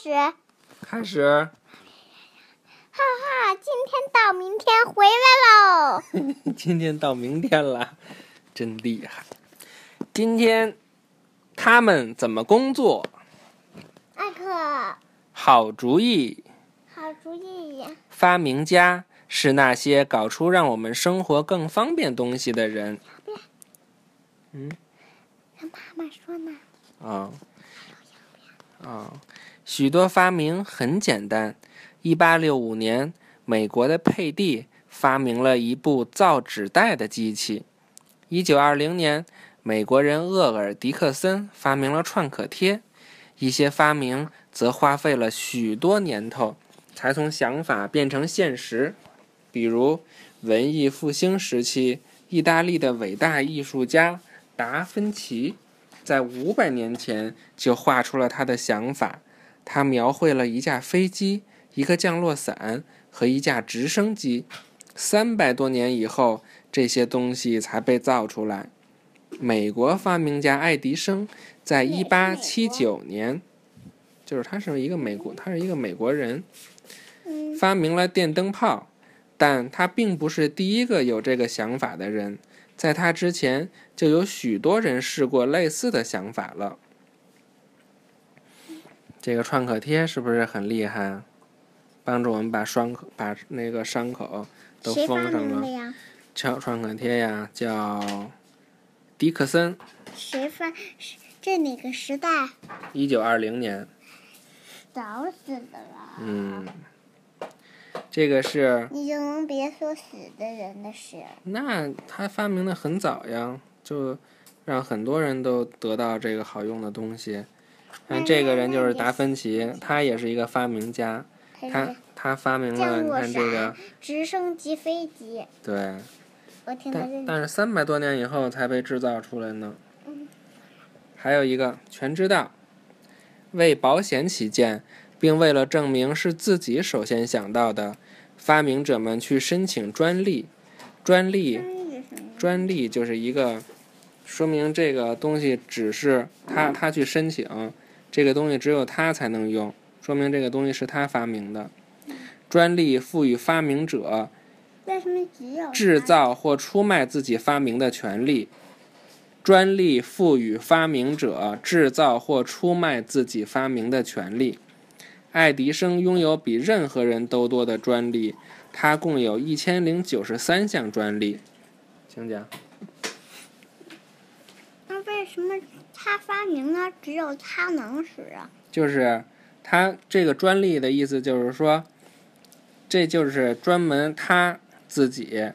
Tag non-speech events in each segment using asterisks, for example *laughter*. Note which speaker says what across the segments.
Speaker 1: 始，啊哈
Speaker 2: 开始。
Speaker 1: 哈，今天到明天回来喽。 *laughs*
Speaker 2: 今天到明天了， *laughs* 真厉害。今天他们怎么工作？
Speaker 1: 艾克，
Speaker 2: 好主意
Speaker 1: 好主意，
Speaker 2: 发明家是那些搞出让我们生活更方便东西的人
Speaker 1: 跟妈妈说呢。
Speaker 2: 啊啊！许多发明很简单。一八六五年，美国的佩蒂发明了一部造纸袋的机器。一九二零年，美国人厄尔·迪克森发明了创可贴。一些发明则花费了许多年头，才从想法变成现实。比如，文艺复兴时期，意大利的伟大艺术家达芬奇，在五百年前就画出了他的想法。他描绘了一架飞机、一个降落伞和一架直升机。三百多年以后，这些东西才被造出来。美国发明家爱迪生在一
Speaker 1: 美
Speaker 2: 八七九年，就是他是一个美国，他是一个美国人，
Speaker 1: 嗯，
Speaker 2: 发明了电灯泡，但他并不是第一个有这个想法的人，在他之前就有许多人试过类似的想法了。这个创可贴是不是很厉害？啊帮助我们把伤口、把那个伤口都
Speaker 1: 谁
Speaker 2: 封
Speaker 1: 发
Speaker 2: 上
Speaker 1: 明的
Speaker 2: 了。
Speaker 1: 呀？
Speaker 2: 创创可贴呀，叫迪克森，
Speaker 1: 谁发？是这哪个时代？
Speaker 2: 一九二零年。
Speaker 1: 早死的了。
Speaker 2: 嗯，这个是
Speaker 1: 你就能别说死的人的事。
Speaker 2: 那他发明的很早呀，就让很多人都得到这个好用的东西。像这个人就是达芬
Speaker 1: 哎
Speaker 2: 奇，他也是一个发明家，
Speaker 1: 他
Speaker 2: 他
Speaker 1: 是
Speaker 2: 他发明了
Speaker 1: 哎降
Speaker 2: 你
Speaker 1: 落
Speaker 2: 看这个
Speaker 1: 伞、直升机、飞机，
Speaker 2: 对，
Speaker 1: 我听到
Speaker 2: 但
Speaker 1: 这
Speaker 2: 但是三百多年以后才被制造出来呢。
Speaker 1: 嗯
Speaker 2: 还有一个全知道，为保险起见，并为了证明是自己首先想到的，发明者们去申请专利，专利。
Speaker 1: 真是什么？
Speaker 2: 专利就是一个说明这个东西只是他他去申请，这个东西只有他才能用，说明这个东西是他发明的。专利赋予发明者
Speaker 1: 为什么只有
Speaker 2: 制
Speaker 1: 他？
Speaker 2: 造或出卖自己发明的权利。专利赋予发明者制造或出卖自己发明的权利。爱迪生拥有比任何人都多的专利，他共有一千零九十三项专利。请讲。
Speaker 1: 那为什么他发明了只有他能使啊？
Speaker 2: 就是他这个专利的意思，就是说，这就是专门他自己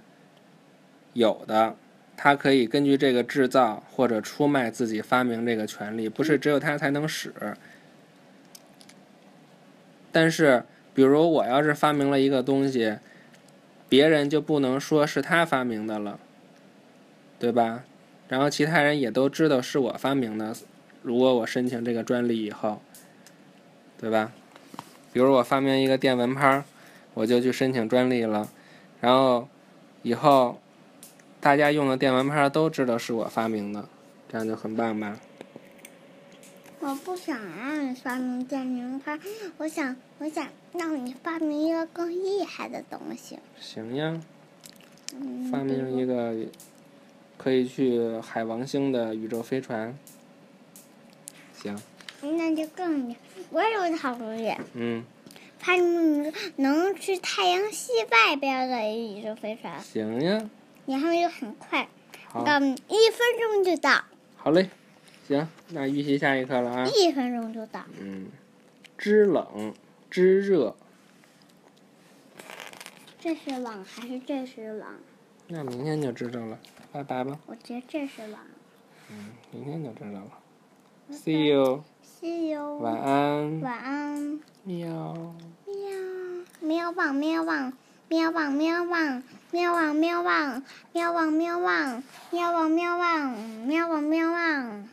Speaker 2: 有的，他可以根据这个制造或者出卖自己发明这个权利，不是只有他才能使。但是，比如我要是发明了一个东西，别人就不能说是他发明的了，对吧？然后其他人也都知道是我发明的，如果我申请这个专利以后，对吧？比如我发明一个电蚊拍，儿，我就去申请专利了，然后以后大家用的电蚊拍儿都知道是我发明的，这样就很棒吧？
Speaker 1: 我不想让你发明电蚊拍，我想，我想让你发明一个更厉害的东西。
Speaker 2: 行呀，
Speaker 1: 嗯，
Speaker 2: 发明一个可以去海王星的宇宙飞船。行，
Speaker 1: 那就更厉害。我也有一个好主意，
Speaker 2: 嗯，
Speaker 1: 发明一个能去太阳系外边的宇宙飞船，
Speaker 2: 行呀，
Speaker 1: 然后又很快，
Speaker 2: 好，
Speaker 1: 到一分钟就到，
Speaker 2: 好嘞，行，那预习下一课了啊。
Speaker 1: 一分钟就到。
Speaker 2: 嗯，知冷，知热，
Speaker 1: 这是网还是这是网？
Speaker 2: 那明天就知道了，拜拜吧，
Speaker 1: 我觉得这是网。
Speaker 2: 明天就知道了。See you，
Speaker 1: 西游，
Speaker 2: 晚安，
Speaker 1: 晚安。
Speaker 2: 喵。
Speaker 1: 喵汪喵汪喵汪喵汪喵汪喵汪喵汪喵汪喵汪喵汪喵汪喵汪。